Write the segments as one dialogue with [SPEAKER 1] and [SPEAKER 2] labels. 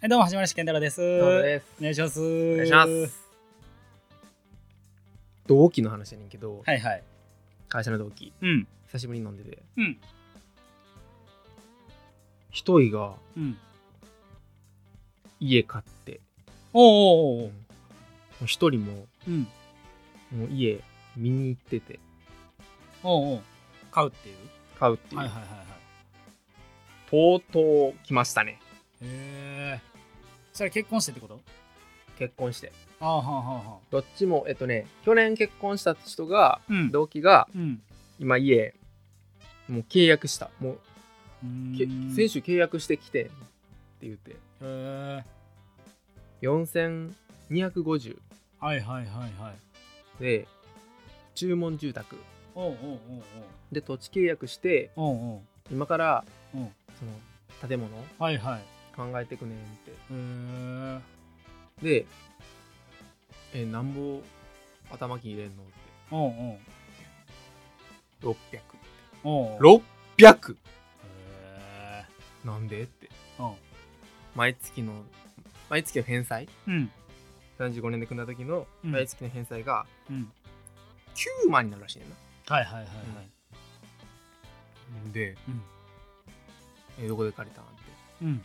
[SPEAKER 1] はい、どうも、はじまりし健太郎です。
[SPEAKER 2] どうもです。
[SPEAKER 1] お願いします。
[SPEAKER 2] お
[SPEAKER 1] お
[SPEAKER 2] 願いします。。同期の話やねんけど、
[SPEAKER 1] はいはい。
[SPEAKER 2] 会社の同期、
[SPEAKER 1] うん。
[SPEAKER 2] 久しぶりに飲んでて、
[SPEAKER 1] うん。
[SPEAKER 2] 一人が
[SPEAKER 1] うん。
[SPEAKER 2] 家買って、
[SPEAKER 1] おうおうおう
[SPEAKER 2] うん一人も
[SPEAKER 1] うん。
[SPEAKER 2] もう家見に行ってて、
[SPEAKER 1] おうおう買うってい
[SPEAKER 2] 買うっ
[SPEAKER 1] う。
[SPEAKER 2] ていう、
[SPEAKER 1] はいはいはいはい。
[SPEAKER 2] とうとう来ましたね。
[SPEAKER 1] へえ。それ結婚してってこと
[SPEAKER 2] 結婚して。
[SPEAKER 1] ああはあはあはあ。
[SPEAKER 2] どっちも、えっとね、去年結婚した人が、
[SPEAKER 1] うん。
[SPEAKER 2] 同期が
[SPEAKER 1] うん。
[SPEAKER 2] 今家、もう契約した。も
[SPEAKER 1] う
[SPEAKER 2] う、
[SPEAKER 1] ーん
[SPEAKER 2] け先週契約してきてって言って、
[SPEAKER 1] へえ。
[SPEAKER 2] 4250
[SPEAKER 1] はいはいはいはい。
[SPEAKER 2] で、注文住宅。
[SPEAKER 1] おうおう
[SPEAKER 2] で土地契約して
[SPEAKER 1] おうおう。おうおう
[SPEAKER 2] 今から
[SPEAKER 1] うん
[SPEAKER 2] その建物を
[SPEAKER 1] はいはい。へ
[SPEAKER 2] 考えてくねんって
[SPEAKER 1] え。
[SPEAKER 2] でえなんぼ頭金入れんのっ
[SPEAKER 1] おうおう
[SPEAKER 2] て
[SPEAKER 1] おうおう。
[SPEAKER 2] 600 600
[SPEAKER 1] へえ。
[SPEAKER 2] なんでって
[SPEAKER 1] おう
[SPEAKER 2] 毎月の毎月の返済
[SPEAKER 1] うん。
[SPEAKER 2] 35年で組んだ時の
[SPEAKER 1] うん
[SPEAKER 2] 毎月の返済が
[SPEAKER 1] うん。
[SPEAKER 2] 9万になるらしいねんな、
[SPEAKER 1] はいはいはいはい。
[SPEAKER 2] で、
[SPEAKER 1] うん
[SPEAKER 2] えどこで借りたんって
[SPEAKER 1] うん。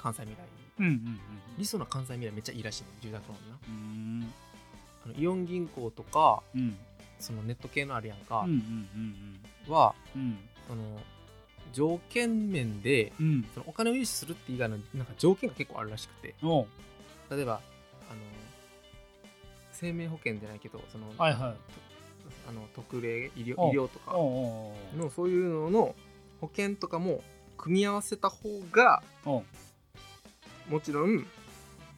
[SPEAKER 2] 関西未来
[SPEAKER 1] うんうんうん
[SPEAKER 2] 理想な関西未来めっちゃいいらしいねん住宅ロー
[SPEAKER 1] う
[SPEAKER 2] ンな
[SPEAKER 1] ん。うーん。
[SPEAKER 2] あのイオン銀行とか
[SPEAKER 1] うん。
[SPEAKER 2] そのネット系のあるやんか
[SPEAKER 1] うんうん
[SPEAKER 2] は、
[SPEAKER 1] うんうん
[SPEAKER 2] その条件面で
[SPEAKER 1] うんうん
[SPEAKER 2] そのお金を融資するって以外のなんか条件が結構あるらしくて
[SPEAKER 1] おう
[SPEAKER 2] 例えばあの生命保険じゃないけどその、
[SPEAKER 1] はいはい
[SPEAKER 2] あの特例医療
[SPEAKER 1] おう
[SPEAKER 2] 医療とか
[SPEAKER 1] おうおう
[SPEAKER 2] のそういうのの保険とかも組み合わせた方が
[SPEAKER 1] おう
[SPEAKER 2] もちろん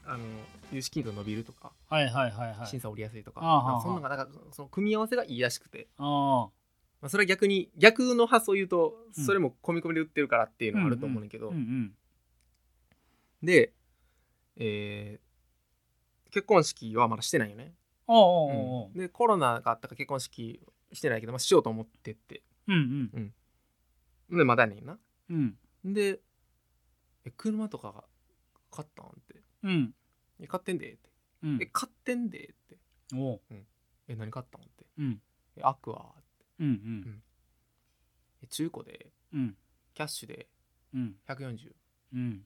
[SPEAKER 2] あの融資金利が伸びるとか、
[SPEAKER 1] はいはいはいはい
[SPEAKER 2] 審査降りやすいとか
[SPEAKER 1] ああはあ
[SPEAKER 2] なんかそんなのがなんかその組み合わせがいいらしくて、
[SPEAKER 1] あ
[SPEAKER 2] まあ、それは逆に逆の発想を言うと
[SPEAKER 1] うん
[SPEAKER 2] それも込み込みで売ってるからっていうのはあると思うんだけ
[SPEAKER 1] あ
[SPEAKER 2] ど、
[SPEAKER 1] うんうん
[SPEAKER 2] で、えー結婚式はまだしてないよね。
[SPEAKER 1] おうおうおうおう
[SPEAKER 2] うんでコロナがあったから結婚式してないけど、まあ、しようと思ってって
[SPEAKER 1] うん
[SPEAKER 2] でまだやねんな。
[SPEAKER 1] うんうん
[SPEAKER 2] でえ車とか買ったんって
[SPEAKER 1] うん
[SPEAKER 2] え買ってんでって
[SPEAKER 1] う
[SPEAKER 2] え
[SPEAKER 1] ん
[SPEAKER 2] 買ってんでって
[SPEAKER 1] おう
[SPEAKER 2] え何買ったんって
[SPEAKER 1] うん
[SPEAKER 2] えアクア
[SPEAKER 1] うんうん
[SPEAKER 2] え中古で
[SPEAKER 1] うん
[SPEAKER 2] キャッシュで
[SPEAKER 1] うん
[SPEAKER 2] 140
[SPEAKER 1] うん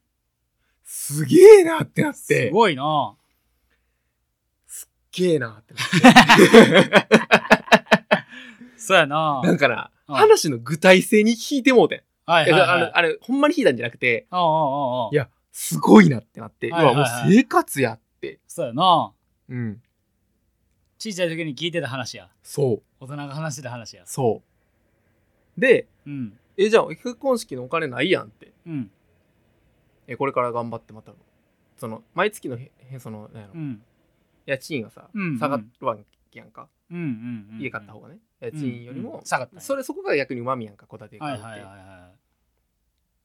[SPEAKER 2] すげえなってなっ
[SPEAKER 1] すごいな
[SPEAKER 2] すげえなってな って
[SPEAKER 1] そうやな
[SPEAKER 2] なんかな
[SPEAKER 1] うん
[SPEAKER 2] 話の具体性に引いてもうてん
[SPEAKER 1] はい
[SPEAKER 2] え
[SPEAKER 1] はい
[SPEAKER 2] あれ
[SPEAKER 1] はい
[SPEAKER 2] あれほんまに引いたんじゃなくて
[SPEAKER 1] おうおうおうおう
[SPEAKER 2] いや、すごいなってなって、
[SPEAKER 1] はいはいはいう
[SPEAKER 2] わもう生活やって。
[SPEAKER 1] そうやな
[SPEAKER 2] うん。
[SPEAKER 1] ちいちゃい時に聞いてた話や
[SPEAKER 2] そう、
[SPEAKER 1] 大人が話してた話や
[SPEAKER 2] そう。で、
[SPEAKER 1] うん
[SPEAKER 2] え、じゃあ、結婚式のお金ないやんって。
[SPEAKER 1] うん
[SPEAKER 2] え、これから頑張ってまた、その、毎月のへ、へその、なんやろ
[SPEAKER 1] うん
[SPEAKER 2] 家賃がさ、
[SPEAKER 1] うんうん
[SPEAKER 2] 下がるわけやんか。
[SPEAKER 1] うんうんうん
[SPEAKER 2] 家買った方がね。家賃より
[SPEAKER 1] うんう
[SPEAKER 2] も
[SPEAKER 1] ん、下がったんや
[SPEAKER 2] それ、そこが逆にうまみやんか、戸建て
[SPEAKER 1] はい
[SPEAKER 2] 買うって。
[SPEAKER 1] はいはいはい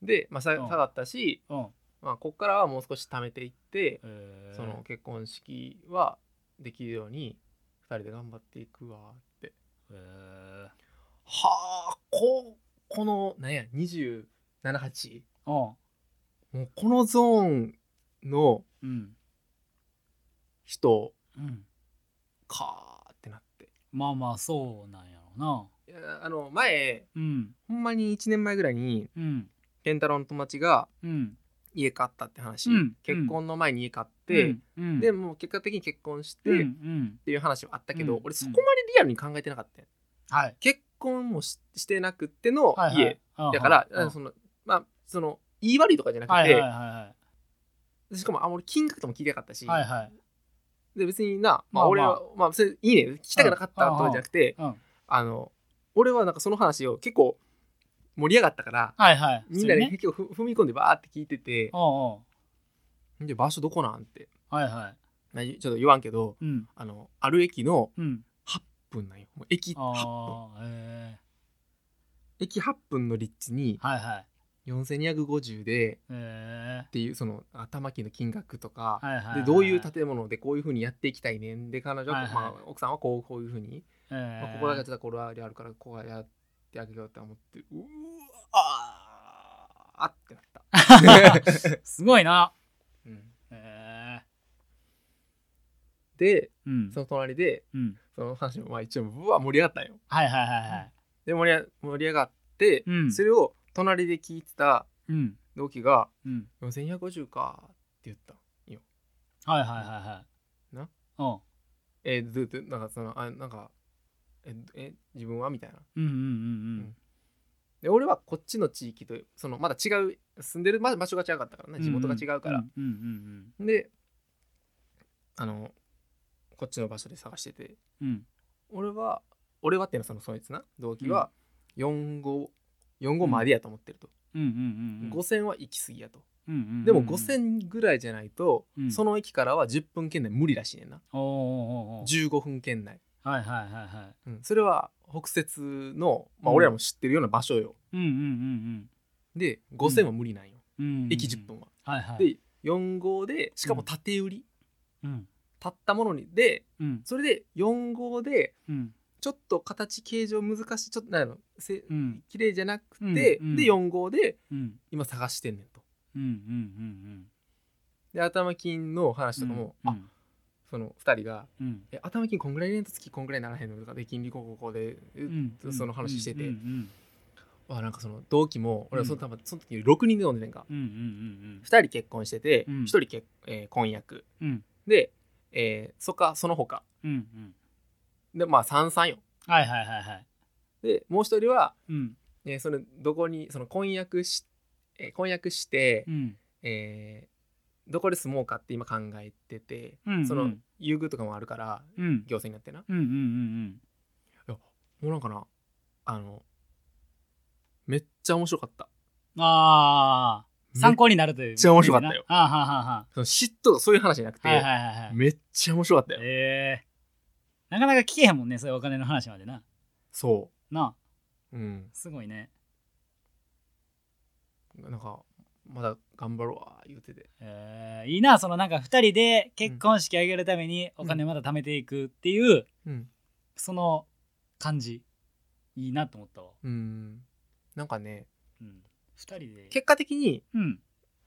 [SPEAKER 2] で、まあ、さ
[SPEAKER 1] うん
[SPEAKER 2] 下がったし、
[SPEAKER 1] うん
[SPEAKER 2] まあ、こっからはもう少し貯めていって、
[SPEAKER 1] えー
[SPEAKER 2] その、結婚式はできるように、二人で頑張っていくわって。
[SPEAKER 1] えー
[SPEAKER 2] はあここのなんや278
[SPEAKER 1] うん
[SPEAKER 2] もうこのゾーンの
[SPEAKER 1] うん
[SPEAKER 2] 人
[SPEAKER 1] うん
[SPEAKER 2] かーってなって
[SPEAKER 1] まあまあそうなんやろうな。
[SPEAKER 2] いやあの前
[SPEAKER 1] うん
[SPEAKER 2] ほんまに1年前ぐらいに
[SPEAKER 1] うん
[SPEAKER 2] 健太郎の友達が
[SPEAKER 1] うん。
[SPEAKER 2] 家買ったって話、
[SPEAKER 1] うん
[SPEAKER 2] 結婚の前に家買って、
[SPEAKER 1] うん、うん
[SPEAKER 2] でもう結果的に結婚して、
[SPEAKER 1] うんう
[SPEAKER 2] っ
[SPEAKER 1] ん、
[SPEAKER 2] ていう話はあったけど、
[SPEAKER 1] うん
[SPEAKER 2] 俺そこまでリアルに考えてなかったよ
[SPEAKER 1] はい。
[SPEAKER 2] 結婚もししてなくっての
[SPEAKER 1] はいはい
[SPEAKER 2] 家
[SPEAKER 1] あ
[SPEAKER 2] だから、
[SPEAKER 1] はい
[SPEAKER 2] そのまあその言い悪いとかじゃなくて、
[SPEAKER 1] はいはいはいは
[SPEAKER 2] しかもあ俺金額とも聞いてなかったし、
[SPEAKER 1] い。はいはい。
[SPEAKER 2] で別にな、まあ、
[SPEAKER 1] まあ
[SPEAKER 2] 俺は、まあ、それいいね聞きたくなかったとかじゃなくて、
[SPEAKER 1] うん。
[SPEAKER 2] あの俺はなんかその話を結構盛り上がったから
[SPEAKER 1] はいはい。
[SPEAKER 2] みん
[SPEAKER 1] そ
[SPEAKER 2] な
[SPEAKER 1] う
[SPEAKER 2] で
[SPEAKER 1] やね。
[SPEAKER 2] 結構ふ踏み込んでバーって聞いてて
[SPEAKER 1] おう
[SPEAKER 2] 「で場所どこなん?」って
[SPEAKER 1] おう。はいは
[SPEAKER 2] まあちょっと言わんけど
[SPEAKER 1] い。うん
[SPEAKER 2] あのある駅の
[SPEAKER 1] うん。
[SPEAKER 2] 8分なんよもう駅8分
[SPEAKER 1] ああ、え
[SPEAKER 2] 駅8分の立地
[SPEAKER 1] ー、
[SPEAKER 2] に
[SPEAKER 1] はいはい。
[SPEAKER 2] 4250で
[SPEAKER 1] え
[SPEAKER 2] っていうその頭金の金額とか
[SPEAKER 1] ー、。はいはい、はい。
[SPEAKER 2] でどういう建物でこういうふうにやっていきたいねんで彼女は、
[SPEAKER 1] はいはい
[SPEAKER 2] まあ、奥さんはこうこういうふうに
[SPEAKER 1] えー
[SPEAKER 2] まあ、ここだけちょっとこれはあるからここはやってあげようって思ってうーあーあってなった、
[SPEAKER 1] すごいな。
[SPEAKER 2] うんで
[SPEAKER 1] うん
[SPEAKER 2] その隣で
[SPEAKER 1] うん
[SPEAKER 2] その話もまあ一応うわ盛り上がったんよ
[SPEAKER 1] はいはいはいはい
[SPEAKER 2] で盛りあ盛り上がって、
[SPEAKER 1] うん
[SPEAKER 2] それを隣で聞いてた
[SPEAKER 1] うん
[SPEAKER 2] 同期が
[SPEAKER 1] うん
[SPEAKER 2] 「4250か」って言ったよ
[SPEAKER 1] はいはいはいはい
[SPEAKER 2] な
[SPEAKER 1] お
[SPEAKER 2] えー、ずっとなんかそのあなんかええ自分はみたいな
[SPEAKER 1] うんうんうん
[SPEAKER 2] で俺はこっちの地域とそのまだ違う住んでるま場所が違かったから
[SPEAKER 1] う
[SPEAKER 2] ね
[SPEAKER 1] ん
[SPEAKER 2] 地元が違うから、
[SPEAKER 1] うんうんうん
[SPEAKER 2] であのこっちの場所で探してて
[SPEAKER 1] うんうん
[SPEAKER 2] 俺は俺はっていうのはそのそいつな同期は4545までやと思ってると、
[SPEAKER 1] うんうんうんうん
[SPEAKER 2] 5000は行き過ぎやと、
[SPEAKER 1] うんうんうん
[SPEAKER 2] でも5000ぐらいじゃないと、
[SPEAKER 1] うん
[SPEAKER 2] その駅からは10分圏内無理らしいねんな
[SPEAKER 1] おーおーおーおー
[SPEAKER 2] 15分圏内、
[SPEAKER 1] はいはいはいはい
[SPEAKER 2] うんそれは北摂の、まあ、
[SPEAKER 1] うん
[SPEAKER 2] 俺らも知ってるような場所よ、
[SPEAKER 1] うんうん
[SPEAKER 2] で5000は無理なんよ、
[SPEAKER 1] うんうんうん
[SPEAKER 2] 駅10分は、
[SPEAKER 1] はいはい
[SPEAKER 2] で4号でしかも縦売り、
[SPEAKER 1] うん
[SPEAKER 2] 立ったものにで
[SPEAKER 1] うん
[SPEAKER 2] それで4号で
[SPEAKER 1] うん
[SPEAKER 2] ちょっと形形状難しいちょっとなんやろせ
[SPEAKER 1] うん
[SPEAKER 2] 綺麗じゃなくて、
[SPEAKER 1] うん
[SPEAKER 2] で
[SPEAKER 1] うん
[SPEAKER 2] 4号で
[SPEAKER 1] うん
[SPEAKER 2] 今探してんねんと。
[SPEAKER 1] うんうんうん
[SPEAKER 2] で頭金の話とかも、
[SPEAKER 1] うん
[SPEAKER 2] あその2人が
[SPEAKER 1] うんうん
[SPEAKER 2] 「え頭金こんぐらい入れんと月こんぐらいならへんの?」とかで金利こうこうこうで、え
[SPEAKER 1] うん
[SPEAKER 2] その話してて
[SPEAKER 1] うん
[SPEAKER 2] わなんかその同期も俺はそ
[SPEAKER 1] う
[SPEAKER 2] の
[SPEAKER 1] ん
[SPEAKER 2] 多分その時6人で飲んでてんか、
[SPEAKER 1] うんうんうん
[SPEAKER 2] 2人結婚してて、
[SPEAKER 1] うん
[SPEAKER 2] 1人結、えー婚約
[SPEAKER 1] うんうん
[SPEAKER 2] で、えーそっかそのほか
[SPEAKER 1] うんうん
[SPEAKER 2] でまあ33よ
[SPEAKER 1] はいはいはいはい
[SPEAKER 2] でもう1人は
[SPEAKER 1] うん
[SPEAKER 2] えーそのどこにその婚約し、えー婚約して、
[SPEAKER 1] うん
[SPEAKER 2] えーどこで住もうかって今考えてて、
[SPEAKER 1] うん
[SPEAKER 2] そうの
[SPEAKER 1] ん
[SPEAKER 2] 優遇とかもあるから
[SPEAKER 1] うん
[SPEAKER 2] 行政になってな、
[SPEAKER 1] うんうんうん
[SPEAKER 2] もうなんかなあのめっちゃ面白かった
[SPEAKER 1] うんああ参考になるという
[SPEAKER 2] めっちゃ面白かったよ
[SPEAKER 1] ああはあは
[SPEAKER 2] その嫉妬とかそういう話じゃなくて、
[SPEAKER 1] あはいはいはいはい
[SPEAKER 2] めっちゃ面白かったよ、
[SPEAKER 1] ええなかなか聞けへんもんねそういうお金の話までな
[SPEAKER 2] そ
[SPEAKER 1] なあ
[SPEAKER 2] ううん
[SPEAKER 1] すごいね
[SPEAKER 2] なんかまだ頑張ろうわ言うてて
[SPEAKER 1] えーいいなそのなんか2人で結婚式あげるためにお金まだ貯めていくっていう、
[SPEAKER 2] うん
[SPEAKER 1] その感じいいなと思ったわ、
[SPEAKER 2] うんなんかね
[SPEAKER 1] うん、2人で
[SPEAKER 2] 結果的に
[SPEAKER 1] うんうん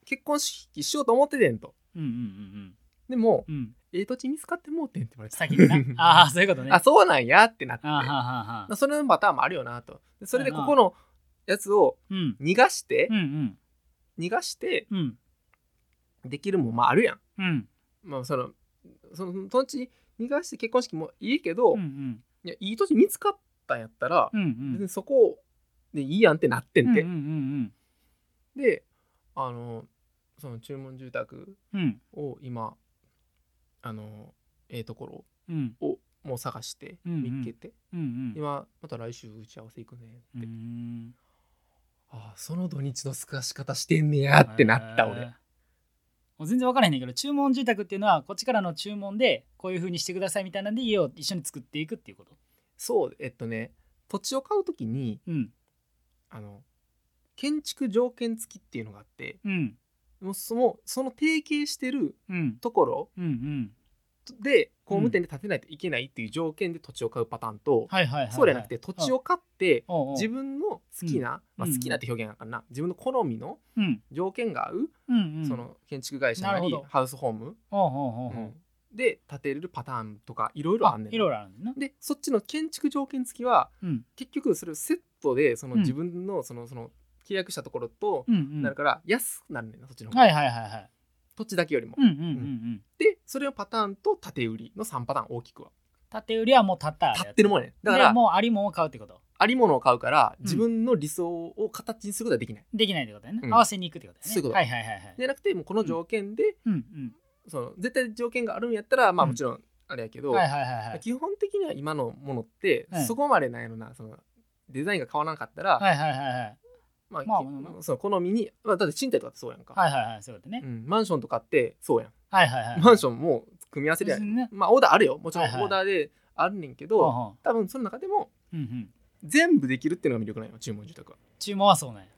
[SPEAKER 2] 結婚式しようと思っててんと
[SPEAKER 1] うんうん
[SPEAKER 2] でも、
[SPEAKER 1] うんうん
[SPEAKER 2] ええ土地見つかってもうてんって言われて
[SPEAKER 1] 先にな ああそういうことね
[SPEAKER 2] あそうなんやってなって
[SPEAKER 1] あははは
[SPEAKER 2] それのパターンもあるよなとでそれで
[SPEAKER 1] そうや
[SPEAKER 2] こ
[SPEAKER 1] な
[SPEAKER 2] このやつを
[SPEAKER 1] うん
[SPEAKER 2] 逃がして
[SPEAKER 1] う、ん
[SPEAKER 2] 逃がして
[SPEAKER 1] うんうん
[SPEAKER 2] できるもんまああるやん、
[SPEAKER 1] うん
[SPEAKER 2] まあ、そのその土地逃がして結婚式もいいけど、
[SPEAKER 1] うんう
[SPEAKER 2] い
[SPEAKER 1] ん
[SPEAKER 2] やいい土地見つかったんやったら、
[SPEAKER 1] うんうん
[SPEAKER 2] 別にそこでいいやんってなって
[SPEAKER 1] うんん
[SPEAKER 2] て、
[SPEAKER 1] うんうん
[SPEAKER 2] であのその注文住宅
[SPEAKER 1] うん
[SPEAKER 2] を今あのええとこ
[SPEAKER 1] うん
[SPEAKER 2] ろをもう探して
[SPEAKER 1] うんうん
[SPEAKER 2] 見つけて、
[SPEAKER 1] うんうん
[SPEAKER 2] 今また来週打ち合わせ行くねって、
[SPEAKER 1] うーん
[SPEAKER 2] ああその土日の過ごし方してんねやってなった
[SPEAKER 1] えー
[SPEAKER 2] 俺
[SPEAKER 1] もう全然分からへんねんけど注文住宅っていうのはこっちからの注文でこういう風にしてくださいみたいなんで家を一緒に作っていくっていうこと
[SPEAKER 2] そうえっとね土地を買う時に
[SPEAKER 1] うん
[SPEAKER 2] あの建築条件付きっていうのがあって
[SPEAKER 1] うん
[SPEAKER 2] もうそのその提携してる
[SPEAKER 1] うん
[SPEAKER 2] ところ
[SPEAKER 1] うんうん
[SPEAKER 2] で工務店で建てないといけないっていう条件で土地を買うパターンと、
[SPEAKER 1] はいはいはいはい
[SPEAKER 2] そうじゃなくて土地を買って
[SPEAKER 1] おうおう
[SPEAKER 2] 自分の好きな、ま
[SPEAKER 1] う
[SPEAKER 2] あ、
[SPEAKER 1] ん
[SPEAKER 2] 好きなって表現あかんな自分の好みの
[SPEAKER 1] うん
[SPEAKER 2] 条件が合う、
[SPEAKER 1] うんうん
[SPEAKER 2] その建築会社な
[SPEAKER 1] なる
[SPEAKER 2] り
[SPEAKER 1] ほど
[SPEAKER 2] ハウスホーム、
[SPEAKER 1] おうおうおうおう
[SPEAKER 2] うんで建てれるパターンとかいろいろあ
[SPEAKER 1] あ
[SPEAKER 2] んねんない
[SPEAKER 1] ろいろあるねんな
[SPEAKER 2] でそっちの建築条件付きは
[SPEAKER 1] うん
[SPEAKER 2] 結局それをセットでその
[SPEAKER 1] うん
[SPEAKER 2] 自分のそのその契約したところと
[SPEAKER 1] うんうん
[SPEAKER 2] なるから安くなるねんなそっちの方が
[SPEAKER 1] はいはいはいはい
[SPEAKER 2] 土地だけよりも。
[SPEAKER 1] うんうんうんうん
[SPEAKER 2] でそれをパターンと縦売りの3パターン大きくは
[SPEAKER 1] 建て売りはもう建った
[SPEAKER 2] 立ってるもんやねんだか
[SPEAKER 1] で
[SPEAKER 2] ら
[SPEAKER 1] もうありもんを買うってこと
[SPEAKER 2] ありものを買うから
[SPEAKER 1] ん
[SPEAKER 2] 自分の理想を形にすることはできない。
[SPEAKER 1] できないってことやね、
[SPEAKER 2] うん
[SPEAKER 1] 合わせに行くってことやね
[SPEAKER 2] そういうこと
[SPEAKER 1] はいはいはいはい
[SPEAKER 2] じゃなくてもうこの条件で
[SPEAKER 1] うんうん
[SPEAKER 2] その絶対条件があるんやったらまあ
[SPEAKER 1] うん
[SPEAKER 2] もちろんあれやけど
[SPEAKER 1] はいはいはいはい
[SPEAKER 2] 基本的には今のものって
[SPEAKER 1] はい
[SPEAKER 2] そこまでなんやろなそのデザインが変わらなかったら
[SPEAKER 1] はいはいはいはい
[SPEAKER 2] まあ、
[SPEAKER 1] まあ
[SPEAKER 2] き
[SPEAKER 1] まあ
[SPEAKER 2] その好みに、まあ、だって賃貸とかってそうやんか、
[SPEAKER 1] はいはいはいそういうことね
[SPEAKER 2] うん、マンションとかってそうやん、
[SPEAKER 1] はいはいはい
[SPEAKER 2] マンションも組み合わせで、
[SPEAKER 1] 別にね
[SPEAKER 2] まあオーダーあるよもちろん
[SPEAKER 1] はいはい
[SPEAKER 2] オーダーであるねんけど、
[SPEAKER 1] ほうほう
[SPEAKER 2] 多分その中でも
[SPEAKER 1] うんうん、
[SPEAKER 2] 全部できるっていうのが魅力なんよ注文住宅は
[SPEAKER 1] 注文はそうなんや。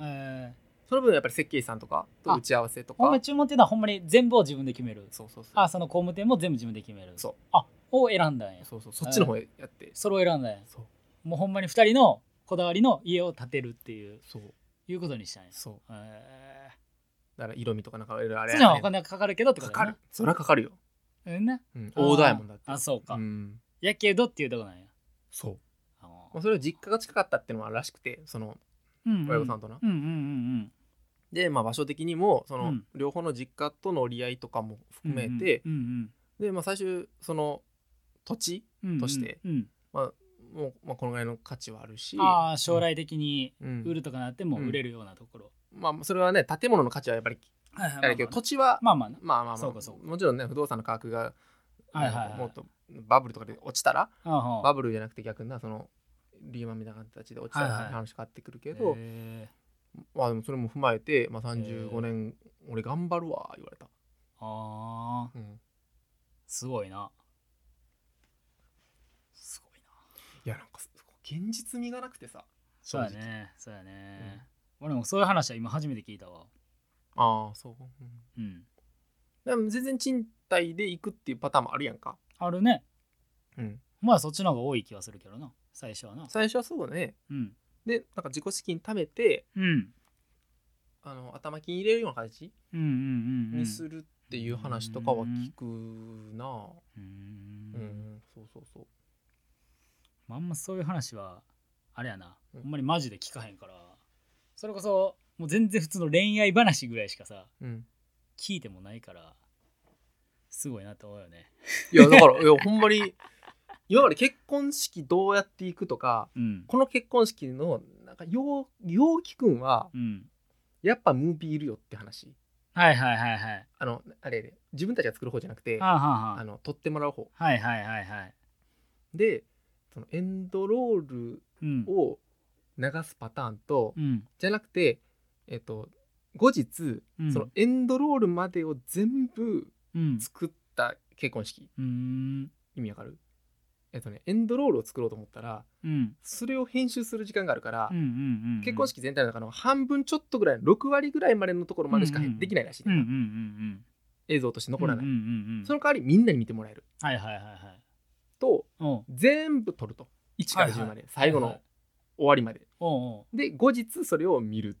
[SPEAKER 1] えー、
[SPEAKER 2] その分やっぱり設計士さんとかと
[SPEAKER 1] あ
[SPEAKER 2] 打ち合わせと
[SPEAKER 1] ほんま
[SPEAKER 2] か
[SPEAKER 1] 注文っていうのはほんまに全部を自分で決める。
[SPEAKER 2] そうそうそう
[SPEAKER 1] あ、その工務店も全部自分で決める。
[SPEAKER 2] そう。
[SPEAKER 1] あ、を選んだんや。
[SPEAKER 2] そうそうそっちの方やって
[SPEAKER 1] それを選んだんや。
[SPEAKER 2] そう
[SPEAKER 1] もうほんまに二人のこだわりの家を建てるっていう
[SPEAKER 2] そう
[SPEAKER 1] いうことにしたんや。
[SPEAKER 2] そう
[SPEAKER 1] え
[SPEAKER 2] だから色味とかなんかいろいろあ
[SPEAKER 1] ー、
[SPEAKER 2] れ
[SPEAKER 1] そっちの方がお
[SPEAKER 2] か
[SPEAKER 1] 金がかかるけどってこ
[SPEAKER 2] か
[SPEAKER 1] とや
[SPEAKER 2] か
[SPEAKER 1] な
[SPEAKER 2] る。そりゃかかるよ
[SPEAKER 1] うんな
[SPEAKER 2] うん、大田やもんだって
[SPEAKER 1] あーあそうか、
[SPEAKER 2] うん
[SPEAKER 1] やけどっていうとこなんや
[SPEAKER 2] そう、
[SPEAKER 1] あー
[SPEAKER 2] まあ、それは実家が近かったってのもあるらしくてその
[SPEAKER 1] うんうん
[SPEAKER 2] 親御さんとな、
[SPEAKER 1] うんうんうん
[SPEAKER 2] で、まあ、場所的にもそ
[SPEAKER 1] う
[SPEAKER 2] の、
[SPEAKER 1] ん
[SPEAKER 2] 両方の実家との折り合いとか
[SPEAKER 1] う
[SPEAKER 2] も
[SPEAKER 1] ん
[SPEAKER 2] 含めて、
[SPEAKER 1] うんうん
[SPEAKER 2] で、まあ、最終その土地
[SPEAKER 1] うんうん
[SPEAKER 2] として
[SPEAKER 1] うん
[SPEAKER 2] も、まあ、このぐらいの価値はあるし、
[SPEAKER 1] ああ将来的に
[SPEAKER 2] うん
[SPEAKER 1] 売るとかなっても売れるようなところ、
[SPEAKER 2] まあ、それはね建物の価値はやっぱり
[SPEAKER 1] はいはい
[SPEAKER 2] あれだけど、土地は、
[SPEAKER 1] まあまあな
[SPEAKER 2] まあまあまあ
[SPEAKER 1] そうかそうか
[SPEAKER 2] もちろんね不動産の価格が、
[SPEAKER 1] はいはいはい
[SPEAKER 2] もっとバブルとかで落ちたら
[SPEAKER 1] ああ
[SPEAKER 2] バブルじゃなくて逆になそのリーマンみたいな形で落ちたら
[SPEAKER 1] はいはい
[SPEAKER 2] 話変わってくるけど、
[SPEAKER 1] へえ
[SPEAKER 2] まあでもそれも踏まえて、まあ、
[SPEAKER 1] へ
[SPEAKER 2] 35
[SPEAKER 1] ー
[SPEAKER 2] 年俺頑張るわ言われた、
[SPEAKER 1] ああ
[SPEAKER 2] うん
[SPEAKER 1] すごいなすごいない
[SPEAKER 2] やなんかす現実味がなくてさ
[SPEAKER 1] そうやねそうやね、俺もそういう話は今初めて聞いたわ
[SPEAKER 2] ああそう、うん
[SPEAKER 1] うん
[SPEAKER 2] でも全然賃貸で行くっていうパターンもあるやんか、
[SPEAKER 1] あるね
[SPEAKER 2] うん、
[SPEAKER 1] まあそっちの方が多い気はするけどな最初はな
[SPEAKER 2] 最初はそうね
[SPEAKER 1] うん
[SPEAKER 2] でなんか自己資金貯めて
[SPEAKER 1] うん
[SPEAKER 2] あの頭金入れるような形
[SPEAKER 1] うんうんうんうん
[SPEAKER 2] にするっていう話とかは聞くなあ
[SPEAKER 1] うーん
[SPEAKER 2] うん、そうそうそう
[SPEAKER 1] まああんまそういう話はあれやな、
[SPEAKER 2] うん
[SPEAKER 1] あんまりマジで聞かへんからそれこそもう全然普通の恋愛話ぐらいしかさ
[SPEAKER 2] うん、
[SPEAKER 1] 聞いてもないからすごいなと思うよね
[SPEAKER 2] いやだからいやほんまに今まで結婚式どうやっていくとか
[SPEAKER 1] うん
[SPEAKER 2] この結婚式のなんか陽陽気くんは
[SPEAKER 1] うん
[SPEAKER 2] やっぱムービーいるよって話
[SPEAKER 1] はいはいはいはい
[SPEAKER 2] あのあれあれ自分たちが作る方じゃなくてあ
[SPEAKER 1] はあはあは
[SPEAKER 2] の撮ってもらう方
[SPEAKER 1] あはいはいはいはい
[SPEAKER 2] でそのエンドロール
[SPEAKER 1] うん
[SPEAKER 2] を流すパターンと、
[SPEAKER 1] うん
[SPEAKER 2] じゃなくてえっと後日、
[SPEAKER 1] うん
[SPEAKER 2] そのエンドロールまでを全部
[SPEAKER 1] うん
[SPEAKER 2] 作った結婚式
[SPEAKER 1] うーん
[SPEAKER 2] 意味わかるえっとねエンドロールを作ろうと思ったら
[SPEAKER 1] うん
[SPEAKER 2] それを編集する時間があるから、
[SPEAKER 1] うんうんうんうん
[SPEAKER 2] 結婚式全体の中の半分ちょっとぐらい6割ぐらいまでのところまでしか
[SPEAKER 1] うんうん
[SPEAKER 2] できないらしい、
[SPEAKER 1] うんうんうんうん
[SPEAKER 2] 映像として残らない、
[SPEAKER 1] うんうんうん
[SPEAKER 2] その代わりみんなに見てもらえる
[SPEAKER 1] はいはいはいはい
[SPEAKER 2] と
[SPEAKER 1] おう
[SPEAKER 2] 全部撮ると1から10まで、最後
[SPEAKER 1] はいは
[SPEAKER 2] の
[SPEAKER 1] い
[SPEAKER 2] 終わりまで、
[SPEAKER 1] おう
[SPEAKER 2] で後日それを見る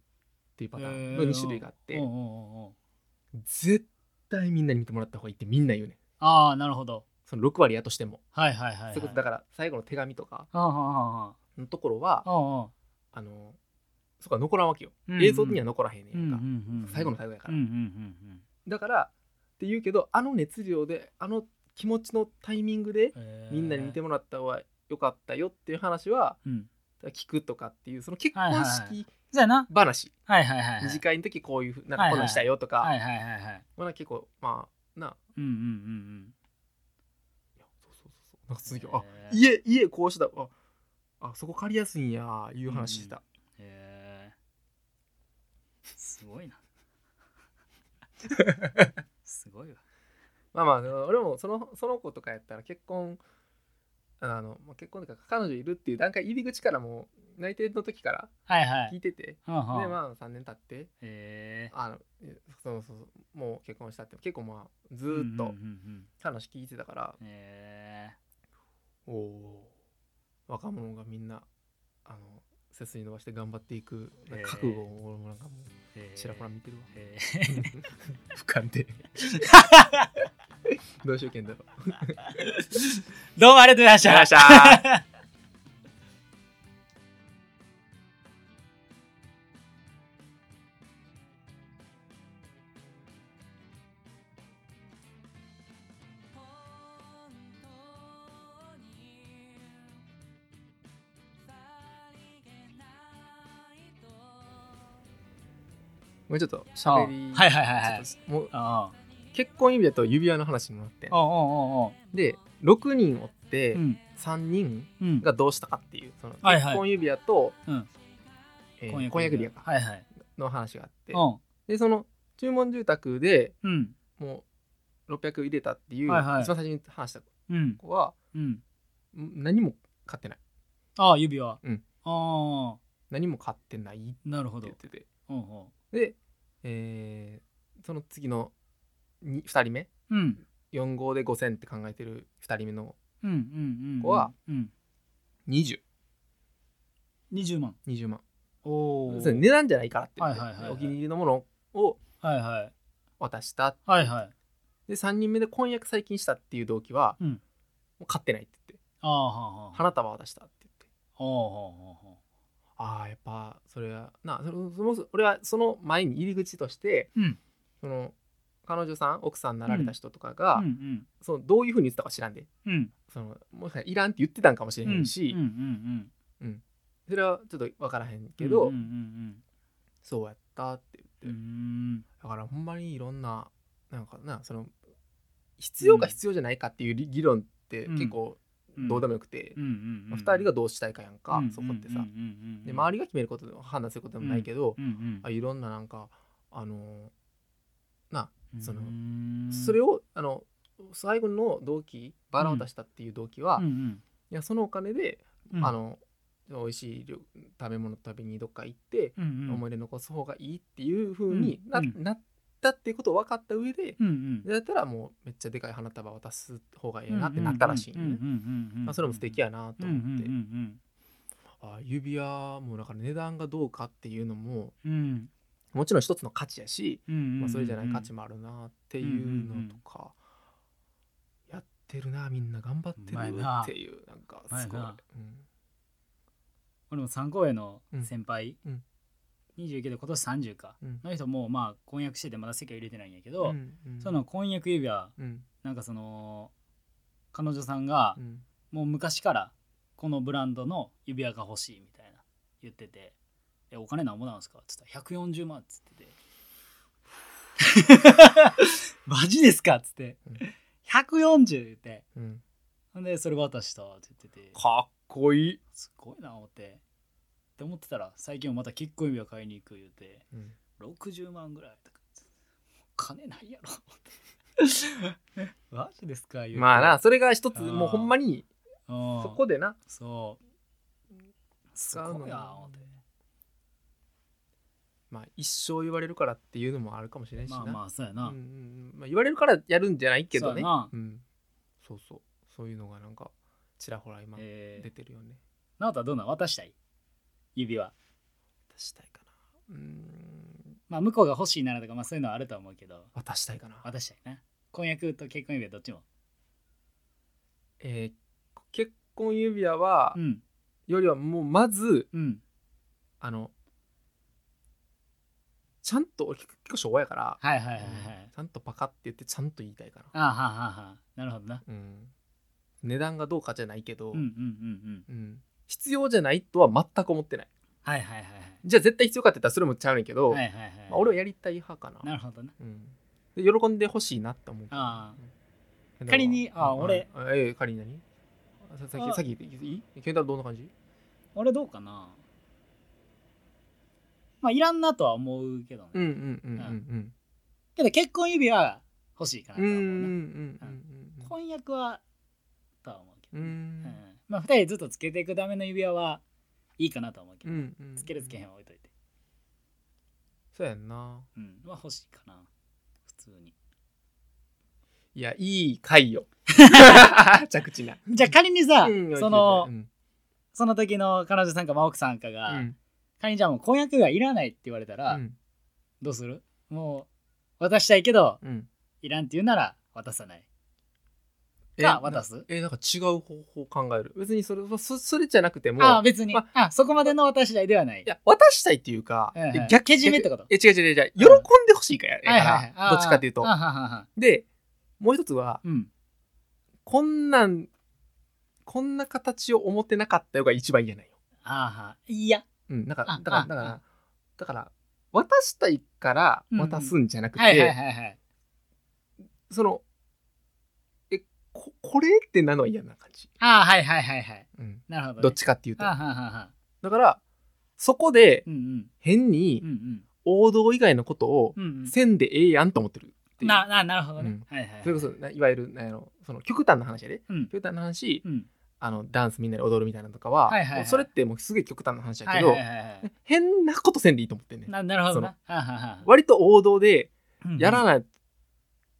[SPEAKER 2] っていうパターンの
[SPEAKER 1] へー
[SPEAKER 2] 2種類があって、
[SPEAKER 1] おうおうおうおう
[SPEAKER 2] 絶対みんなに見てもらった方がいいってみんな言うね
[SPEAKER 1] ああなるほど
[SPEAKER 2] その6割やとしても、
[SPEAKER 1] はいはいはいはい
[SPEAKER 2] そういうことだから最後の手紙とから
[SPEAKER 1] はあはあはあ
[SPEAKER 2] のところは
[SPEAKER 1] おうおう
[SPEAKER 2] あのそこは残らんわけよ、
[SPEAKER 1] うんうん
[SPEAKER 2] 映像には残らへんね
[SPEAKER 1] うんう
[SPEAKER 2] んか、
[SPEAKER 1] んうん
[SPEAKER 2] 最後の最後やから、
[SPEAKER 1] うんうん
[SPEAKER 2] だからって言うけどあの熱量であの気持ちのタイミングで
[SPEAKER 1] うんうん
[SPEAKER 2] みんなに見て
[SPEAKER 1] も
[SPEAKER 2] もらった方が良かったよっていう話は
[SPEAKER 1] うん
[SPEAKER 2] 聞くとかっていうその結
[SPEAKER 1] はいは
[SPEAKER 2] 婚
[SPEAKER 1] いは
[SPEAKER 2] 式
[SPEAKER 1] そうやな
[SPEAKER 2] 話、
[SPEAKER 1] はいはいはいはい
[SPEAKER 2] 二次会の時こういうふうなんかこんなんしたよとか、
[SPEAKER 1] はいはいはいはい
[SPEAKER 2] まあなんか結構まあな
[SPEAKER 1] うんうんうん
[SPEAKER 2] いやそうそうそうそうなんか続き
[SPEAKER 1] へ
[SPEAKER 2] はあ
[SPEAKER 1] ー
[SPEAKER 2] 家家こうしたああそこ借りやすいんやいう話してた、
[SPEAKER 1] うんへえすご いなすごいわ
[SPEAKER 2] まあまあでも俺もそのその子とかやったら結婚あのまあ結婚というか彼女いるっていう段階入り口からもう内定の時から
[SPEAKER 1] はいはい
[SPEAKER 2] 聞いてて、
[SPEAKER 1] はあはあ
[SPEAKER 2] でまあ3年経って
[SPEAKER 1] へえ
[SPEAKER 2] あのえそうそうそうもう結婚したって結構まあずーっ
[SPEAKER 1] うん
[SPEAKER 2] と
[SPEAKER 1] うんうん
[SPEAKER 2] 話聞いてたから
[SPEAKER 1] うんへえ
[SPEAKER 2] おおー若者がみんなあの背筋伸ばして頑張っていく
[SPEAKER 1] えー
[SPEAKER 2] 覚悟を俺もなんかも
[SPEAKER 1] へえ
[SPEAKER 2] うちらほら見てるわ
[SPEAKER 1] へえ
[SPEAKER 2] 俯瞰でどうしようけんだろう
[SPEAKER 1] どうもありがとうございまし
[SPEAKER 2] じゃあ
[SPEAKER 1] た
[SPEAKER 2] りがとうございました
[SPEAKER 3] 「本当にさりげないと」
[SPEAKER 2] もうちょっと
[SPEAKER 1] あは
[SPEAKER 2] 喋り
[SPEAKER 1] いはいはいはい
[SPEAKER 2] ちょっともう
[SPEAKER 1] あ
[SPEAKER 2] 結婚指輪と指輪の話になって
[SPEAKER 1] あおうおうおうおう
[SPEAKER 2] で6人おって
[SPEAKER 1] うん
[SPEAKER 2] 3人
[SPEAKER 1] うん
[SPEAKER 2] がどうしたかっていうその
[SPEAKER 1] はいはい
[SPEAKER 2] 結婚指輪と
[SPEAKER 1] うん
[SPEAKER 2] えー婚約指輪か
[SPEAKER 1] はいはい
[SPEAKER 2] の話があって
[SPEAKER 1] うん
[SPEAKER 2] でその注文住宅で
[SPEAKER 1] うん
[SPEAKER 2] もう600入れたっていう、
[SPEAKER 1] はいはい
[SPEAKER 2] 一番最初に話した
[SPEAKER 1] うん
[SPEAKER 2] 子は
[SPEAKER 1] うん
[SPEAKER 2] ん何も買ってない
[SPEAKER 1] ああ指輪
[SPEAKER 2] うん
[SPEAKER 1] あ
[SPEAKER 2] 何も買ってないって
[SPEAKER 1] あなるほど
[SPEAKER 2] 言ってて
[SPEAKER 1] うんうん
[SPEAKER 2] で、えーその次の 2, 二人目
[SPEAKER 1] うん
[SPEAKER 2] 4号で5000って考えてる2人目の
[SPEAKER 1] うんうんうん
[SPEAKER 2] ここは
[SPEAKER 1] うん
[SPEAKER 2] 2020
[SPEAKER 1] 20万
[SPEAKER 2] 万
[SPEAKER 1] おお
[SPEAKER 2] それ値段じゃないからって言って
[SPEAKER 1] はいはいはいはい
[SPEAKER 2] お気に入りのものを
[SPEAKER 1] はいはい
[SPEAKER 2] 渡した
[SPEAKER 1] はいはい
[SPEAKER 2] で3人目で婚約最近したっていう動機は、
[SPEAKER 1] うん
[SPEAKER 2] もう勝ってないって言って
[SPEAKER 1] ああはあはあ。
[SPEAKER 2] 花束を出したって言って
[SPEAKER 1] ああはあはあはあ。
[SPEAKER 2] ああやっぱそれはなそのその俺はその前に入り口として、
[SPEAKER 1] うん
[SPEAKER 2] その彼女さん奥さんになられた人とかが、
[SPEAKER 1] うんうん
[SPEAKER 2] そのどういうふうに言ってたか知らんで
[SPEAKER 1] うん
[SPEAKER 2] そのもしかしたらいらんって言ってたんかもしれへ
[SPEAKER 1] うんん
[SPEAKER 2] し、
[SPEAKER 1] うんうん
[SPEAKER 2] それはちょっと分からへん
[SPEAKER 1] う
[SPEAKER 2] け
[SPEAKER 1] ん
[SPEAKER 2] ど、
[SPEAKER 1] うんうん
[SPEAKER 2] そうやったって
[SPEAKER 1] うんう
[SPEAKER 2] 言っ
[SPEAKER 1] ん
[SPEAKER 2] て、だからほんまにいろんななんかなその必要か必要じゃないかっていう議論って
[SPEAKER 1] うん
[SPEAKER 2] 結構
[SPEAKER 1] うん
[SPEAKER 2] どうでもよくて、
[SPEAKER 1] うんうんうん
[SPEAKER 2] まあ2人がどうしたいかやんか、そこってさ、
[SPEAKER 1] うんうんうんうん
[SPEAKER 2] で周りが決めることでも判断することでもないけど、
[SPEAKER 1] うんうん
[SPEAKER 2] あいろんななんかあの
[SPEAKER 1] うん
[SPEAKER 2] その
[SPEAKER 1] うん
[SPEAKER 2] それをあの最後の動機バラを出したっていう動機は、
[SPEAKER 1] うん
[SPEAKER 2] い
[SPEAKER 1] うん
[SPEAKER 2] やそのお金で、
[SPEAKER 1] うん
[SPEAKER 2] あの美味しい料食べ物食べにどっか行って、
[SPEAKER 1] うんうん
[SPEAKER 2] 思い出残す方がいいっていう風にな,、
[SPEAKER 1] うん
[SPEAKER 2] なったっていうことを分かった上で、
[SPEAKER 1] うんうん
[SPEAKER 2] だったらもうめっちゃでかい花束渡す方がいいなってなったらしいんよね、まあ、それも素敵やなと思って、
[SPEAKER 1] うんうん
[SPEAKER 2] あ指輪もだから値段がどうかっていうのも
[SPEAKER 1] うんうん
[SPEAKER 2] もちろん一つの価値やし、
[SPEAKER 1] うんうん
[SPEAKER 2] まあ、それじゃない価値もあるなっていうのとか、やってるなみんな頑張って
[SPEAKER 1] うまい
[SPEAKER 2] る
[SPEAKER 1] な
[SPEAKER 2] っていうなんかす
[SPEAKER 1] う
[SPEAKER 2] ご
[SPEAKER 1] ま
[SPEAKER 2] い
[SPEAKER 1] いな。俺も三公演の先輩、
[SPEAKER 2] うん
[SPEAKER 1] 29で今年30か
[SPEAKER 2] うん
[SPEAKER 1] の人もまあ婚約しててまだ籍は入れてないんやけ
[SPEAKER 2] うん
[SPEAKER 1] ど、
[SPEAKER 2] うんうん
[SPEAKER 1] その婚約指輪
[SPEAKER 2] うん
[SPEAKER 1] なんかその彼女さんが
[SPEAKER 2] うん
[SPEAKER 1] もう昔からこのブランドの指輪が欲しいみたいな言ってて「えお金なんぼなんですか?」っつったら「140万」っつって て「マジですか?」っつって
[SPEAKER 2] うん
[SPEAKER 1] 「140」言って
[SPEAKER 2] うん
[SPEAKER 1] ほんでそれ渡したって言ってて
[SPEAKER 2] かっこいい、
[SPEAKER 1] すごいな思ってって思ってたら最近もまた結婚指輪買いに行く言うて
[SPEAKER 2] うん
[SPEAKER 1] 60万ぐらいとか金ないやろ思って マジですか言うて
[SPEAKER 2] まあなそれが一つ
[SPEAKER 1] あー
[SPEAKER 2] もうほんまに
[SPEAKER 1] うん
[SPEAKER 2] そこでな
[SPEAKER 1] そうす
[SPEAKER 2] 使うの
[SPEAKER 1] ごいな
[SPEAKER 2] が
[SPEAKER 1] 思って
[SPEAKER 2] まあ一生言われるからっていうのもあるかもしれないしな、
[SPEAKER 1] まあまあそうやな、
[SPEAKER 2] うんうんうんまあ、言われるからやるんじゃないけど
[SPEAKER 1] そうや
[SPEAKER 2] ね
[SPEAKER 1] な
[SPEAKER 2] うん、そうそうそういうのがなんかちらほら今
[SPEAKER 1] え
[SPEAKER 2] 出
[SPEAKER 1] ー、
[SPEAKER 2] てるよね、
[SPEAKER 1] なおたはどうなの渡したい指輪
[SPEAKER 2] 渡したいかなうーん
[SPEAKER 1] まあ向こうが欲しいならとかまあそういうのはあるとは思うけど
[SPEAKER 2] 渡したいかな
[SPEAKER 1] 渡したいな婚約と結婚指輪どっちも
[SPEAKER 2] えー結婚指輪は、
[SPEAKER 1] うん
[SPEAKER 2] よりはもうまず
[SPEAKER 1] うん
[SPEAKER 2] あのちゃんと俺結構昭和やから、
[SPEAKER 1] はいはいはいはい、
[SPEAKER 2] うんちゃんとパカって言ってちゃんと言いたいかな、
[SPEAKER 1] ああはあはあはあなるほどな
[SPEAKER 2] うん、値段がどうかじゃないけど、
[SPEAKER 1] うんうんうんうん
[SPEAKER 2] うん必要じゃないとは全く思ってない
[SPEAKER 1] はいはいはい
[SPEAKER 2] じゃあ絶対必要かって言ったらそれもちゃうねんけど、
[SPEAKER 1] はいはいはいはい
[SPEAKER 2] まあ、俺はやりたい派かな
[SPEAKER 1] なるほどな
[SPEAKER 2] うん、で喜んでほしいなって思うけど
[SPEAKER 1] ああ
[SPEAKER 2] うん
[SPEAKER 1] 仮にあ
[SPEAKER 2] うん
[SPEAKER 1] 俺
[SPEAKER 2] あええ仮に何ささっ
[SPEAKER 1] あ
[SPEAKER 2] きさっきいい健太郎どんな感じ
[SPEAKER 1] 俺どうかなまあいらんなとは思うけどね、
[SPEAKER 2] うんうんうんうん
[SPEAKER 1] けど結婚指輪は欲しいかな
[SPEAKER 2] う
[SPEAKER 1] と
[SPEAKER 2] ん
[SPEAKER 1] は
[SPEAKER 2] うん
[SPEAKER 1] 思うな、
[SPEAKER 2] うんうん
[SPEAKER 1] 婚約はとは思うけ
[SPEAKER 2] う
[SPEAKER 1] どね、
[SPEAKER 2] ん
[SPEAKER 1] うんまあ2人ずっとつけていくための指輪はいいかなとは思うけ
[SPEAKER 2] う
[SPEAKER 1] ど、
[SPEAKER 2] んうん
[SPEAKER 1] つけるつけへんは置いといて
[SPEAKER 2] そうやんな
[SPEAKER 1] うんは欲しいかな普通に
[SPEAKER 2] いやいい 回よ着地な
[SPEAKER 1] じゃあ仮にさ、
[SPEAKER 2] うん
[SPEAKER 1] その、
[SPEAKER 2] うん
[SPEAKER 1] その時の彼女さんか、まあ、奥さんかが、
[SPEAKER 2] うん
[SPEAKER 1] 仮にじゃあもう婚約指輪いらないって言われたら、
[SPEAKER 2] うん
[SPEAKER 1] どうするもう渡したいけど
[SPEAKER 2] うん
[SPEAKER 1] いらんって言うなら渡さない
[SPEAKER 2] え
[SPEAKER 1] か渡す
[SPEAKER 2] えなんか違う方法考える別にそれそそれじゃなくても
[SPEAKER 1] ああ別に、
[SPEAKER 2] ま
[SPEAKER 1] あそこまでの私代ではない
[SPEAKER 2] いや渡したいっていう
[SPEAKER 1] は
[SPEAKER 2] か、
[SPEAKER 1] いはい
[SPEAKER 2] いや
[SPEAKER 1] けじめってこと
[SPEAKER 2] え違う違う違う喜んでほしいからや
[SPEAKER 1] はい
[SPEAKER 2] か
[SPEAKER 1] はい
[SPEAKER 2] らどっちかっていうと
[SPEAKER 1] あーははは
[SPEAKER 2] でもう一つは
[SPEAKER 1] うん
[SPEAKER 2] こんなんこんな形を思ってなかったよが一番嫌なんよ。
[SPEAKER 1] あーはいや
[SPEAKER 2] うん、なんか
[SPEAKER 1] あ
[SPEAKER 2] だから
[SPEAKER 1] あ
[SPEAKER 2] だか
[SPEAKER 1] あ
[SPEAKER 2] らだから渡したいから
[SPEAKER 1] うんうん
[SPEAKER 2] 渡すんじゃなくて、
[SPEAKER 1] はいはいはいはい
[SPEAKER 2] そのえここれってなのは嫌な感じ、
[SPEAKER 1] ああはいはいはいはい
[SPEAKER 2] うん、
[SPEAKER 1] なるほど、ね、
[SPEAKER 2] どっちかっていうと
[SPEAKER 1] あーははは
[SPEAKER 2] だからそこで
[SPEAKER 1] うんうん
[SPEAKER 2] 変
[SPEAKER 1] う
[SPEAKER 2] に
[SPEAKER 1] んうん
[SPEAKER 2] 王道以外のことを
[SPEAKER 1] うんうん
[SPEAKER 2] せんでええやんと思ってるっていう
[SPEAKER 1] なななるほどね、
[SPEAKER 2] うん
[SPEAKER 1] はいはいはい
[SPEAKER 2] それこそないわゆるなんやろその極端な話やで
[SPEAKER 1] うん
[SPEAKER 2] 極端な話、
[SPEAKER 1] うん
[SPEAKER 2] あのダンスみんなで踊るみたいなのとかは,、
[SPEAKER 1] はいはいはい
[SPEAKER 2] それってもうすげえ極端な話だ
[SPEAKER 1] は
[SPEAKER 2] け
[SPEAKER 1] い
[SPEAKER 2] ど、
[SPEAKER 1] はいはいはい
[SPEAKER 2] 変なことせんでいいと思ってんねん
[SPEAKER 1] ななるほどなははは
[SPEAKER 2] 割と王道で
[SPEAKER 1] うん
[SPEAKER 2] やらない、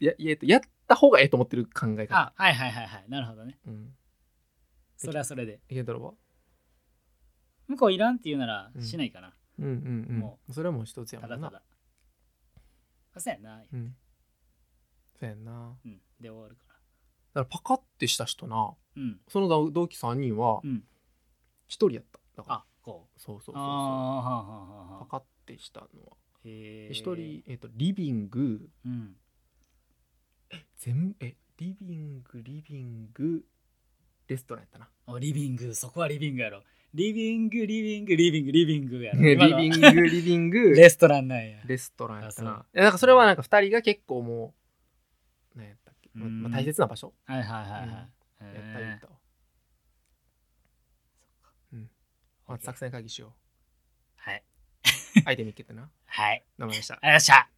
[SPEAKER 2] やややった方がええと思ってる考え方
[SPEAKER 1] あはいはいはいはいなるほどね
[SPEAKER 2] うん
[SPEAKER 1] それはそれで
[SPEAKER 2] いけたろば
[SPEAKER 1] 向こういらんって言うなら
[SPEAKER 2] うん
[SPEAKER 1] しないかな、
[SPEAKER 2] うんうんうん
[SPEAKER 1] も
[SPEAKER 2] それはもう一つやも
[SPEAKER 1] た
[SPEAKER 2] んな
[SPEAKER 1] だただあそうやな
[SPEAKER 2] うん、そうやんな
[SPEAKER 1] うん、で終わるから
[SPEAKER 2] だからパカッてした人な
[SPEAKER 1] うん
[SPEAKER 2] その同同期3人は
[SPEAKER 1] うん
[SPEAKER 2] 1人やっただから
[SPEAKER 1] あこう
[SPEAKER 2] そうそうそ
[SPEAKER 1] あ
[SPEAKER 2] う
[SPEAKER 1] あ
[SPEAKER 2] そ
[SPEAKER 1] は
[SPEAKER 2] う
[SPEAKER 1] あはあ
[SPEAKER 2] パ
[SPEAKER 1] はあ
[SPEAKER 2] カッてしたのは
[SPEAKER 1] へえ
[SPEAKER 2] 1人、えっとリビング
[SPEAKER 1] うん
[SPEAKER 2] 全えリビングリビングレストランやったな
[SPEAKER 1] おリビングそこはリビングやろリビングリビングリビングリビングやろ
[SPEAKER 2] リ
[SPEAKER 1] 今のは
[SPEAKER 2] ビングリビング
[SPEAKER 1] レストランなんや
[SPEAKER 2] レストランやった
[SPEAKER 1] あそう
[SPEAKER 2] な。いやなんかそれはなんか2人が結構もう、何やったっけ、まあ
[SPEAKER 1] うん
[SPEAKER 2] まあ大切な場所
[SPEAKER 1] はいはいはいはい、へ
[SPEAKER 2] やった
[SPEAKER 1] え
[SPEAKER 2] やったわ。うん。まあ、作戦会議しよ。
[SPEAKER 1] はいう
[SPEAKER 2] アイテムいけてな。
[SPEAKER 1] はい
[SPEAKER 2] 飲みました。
[SPEAKER 1] ありがとうございました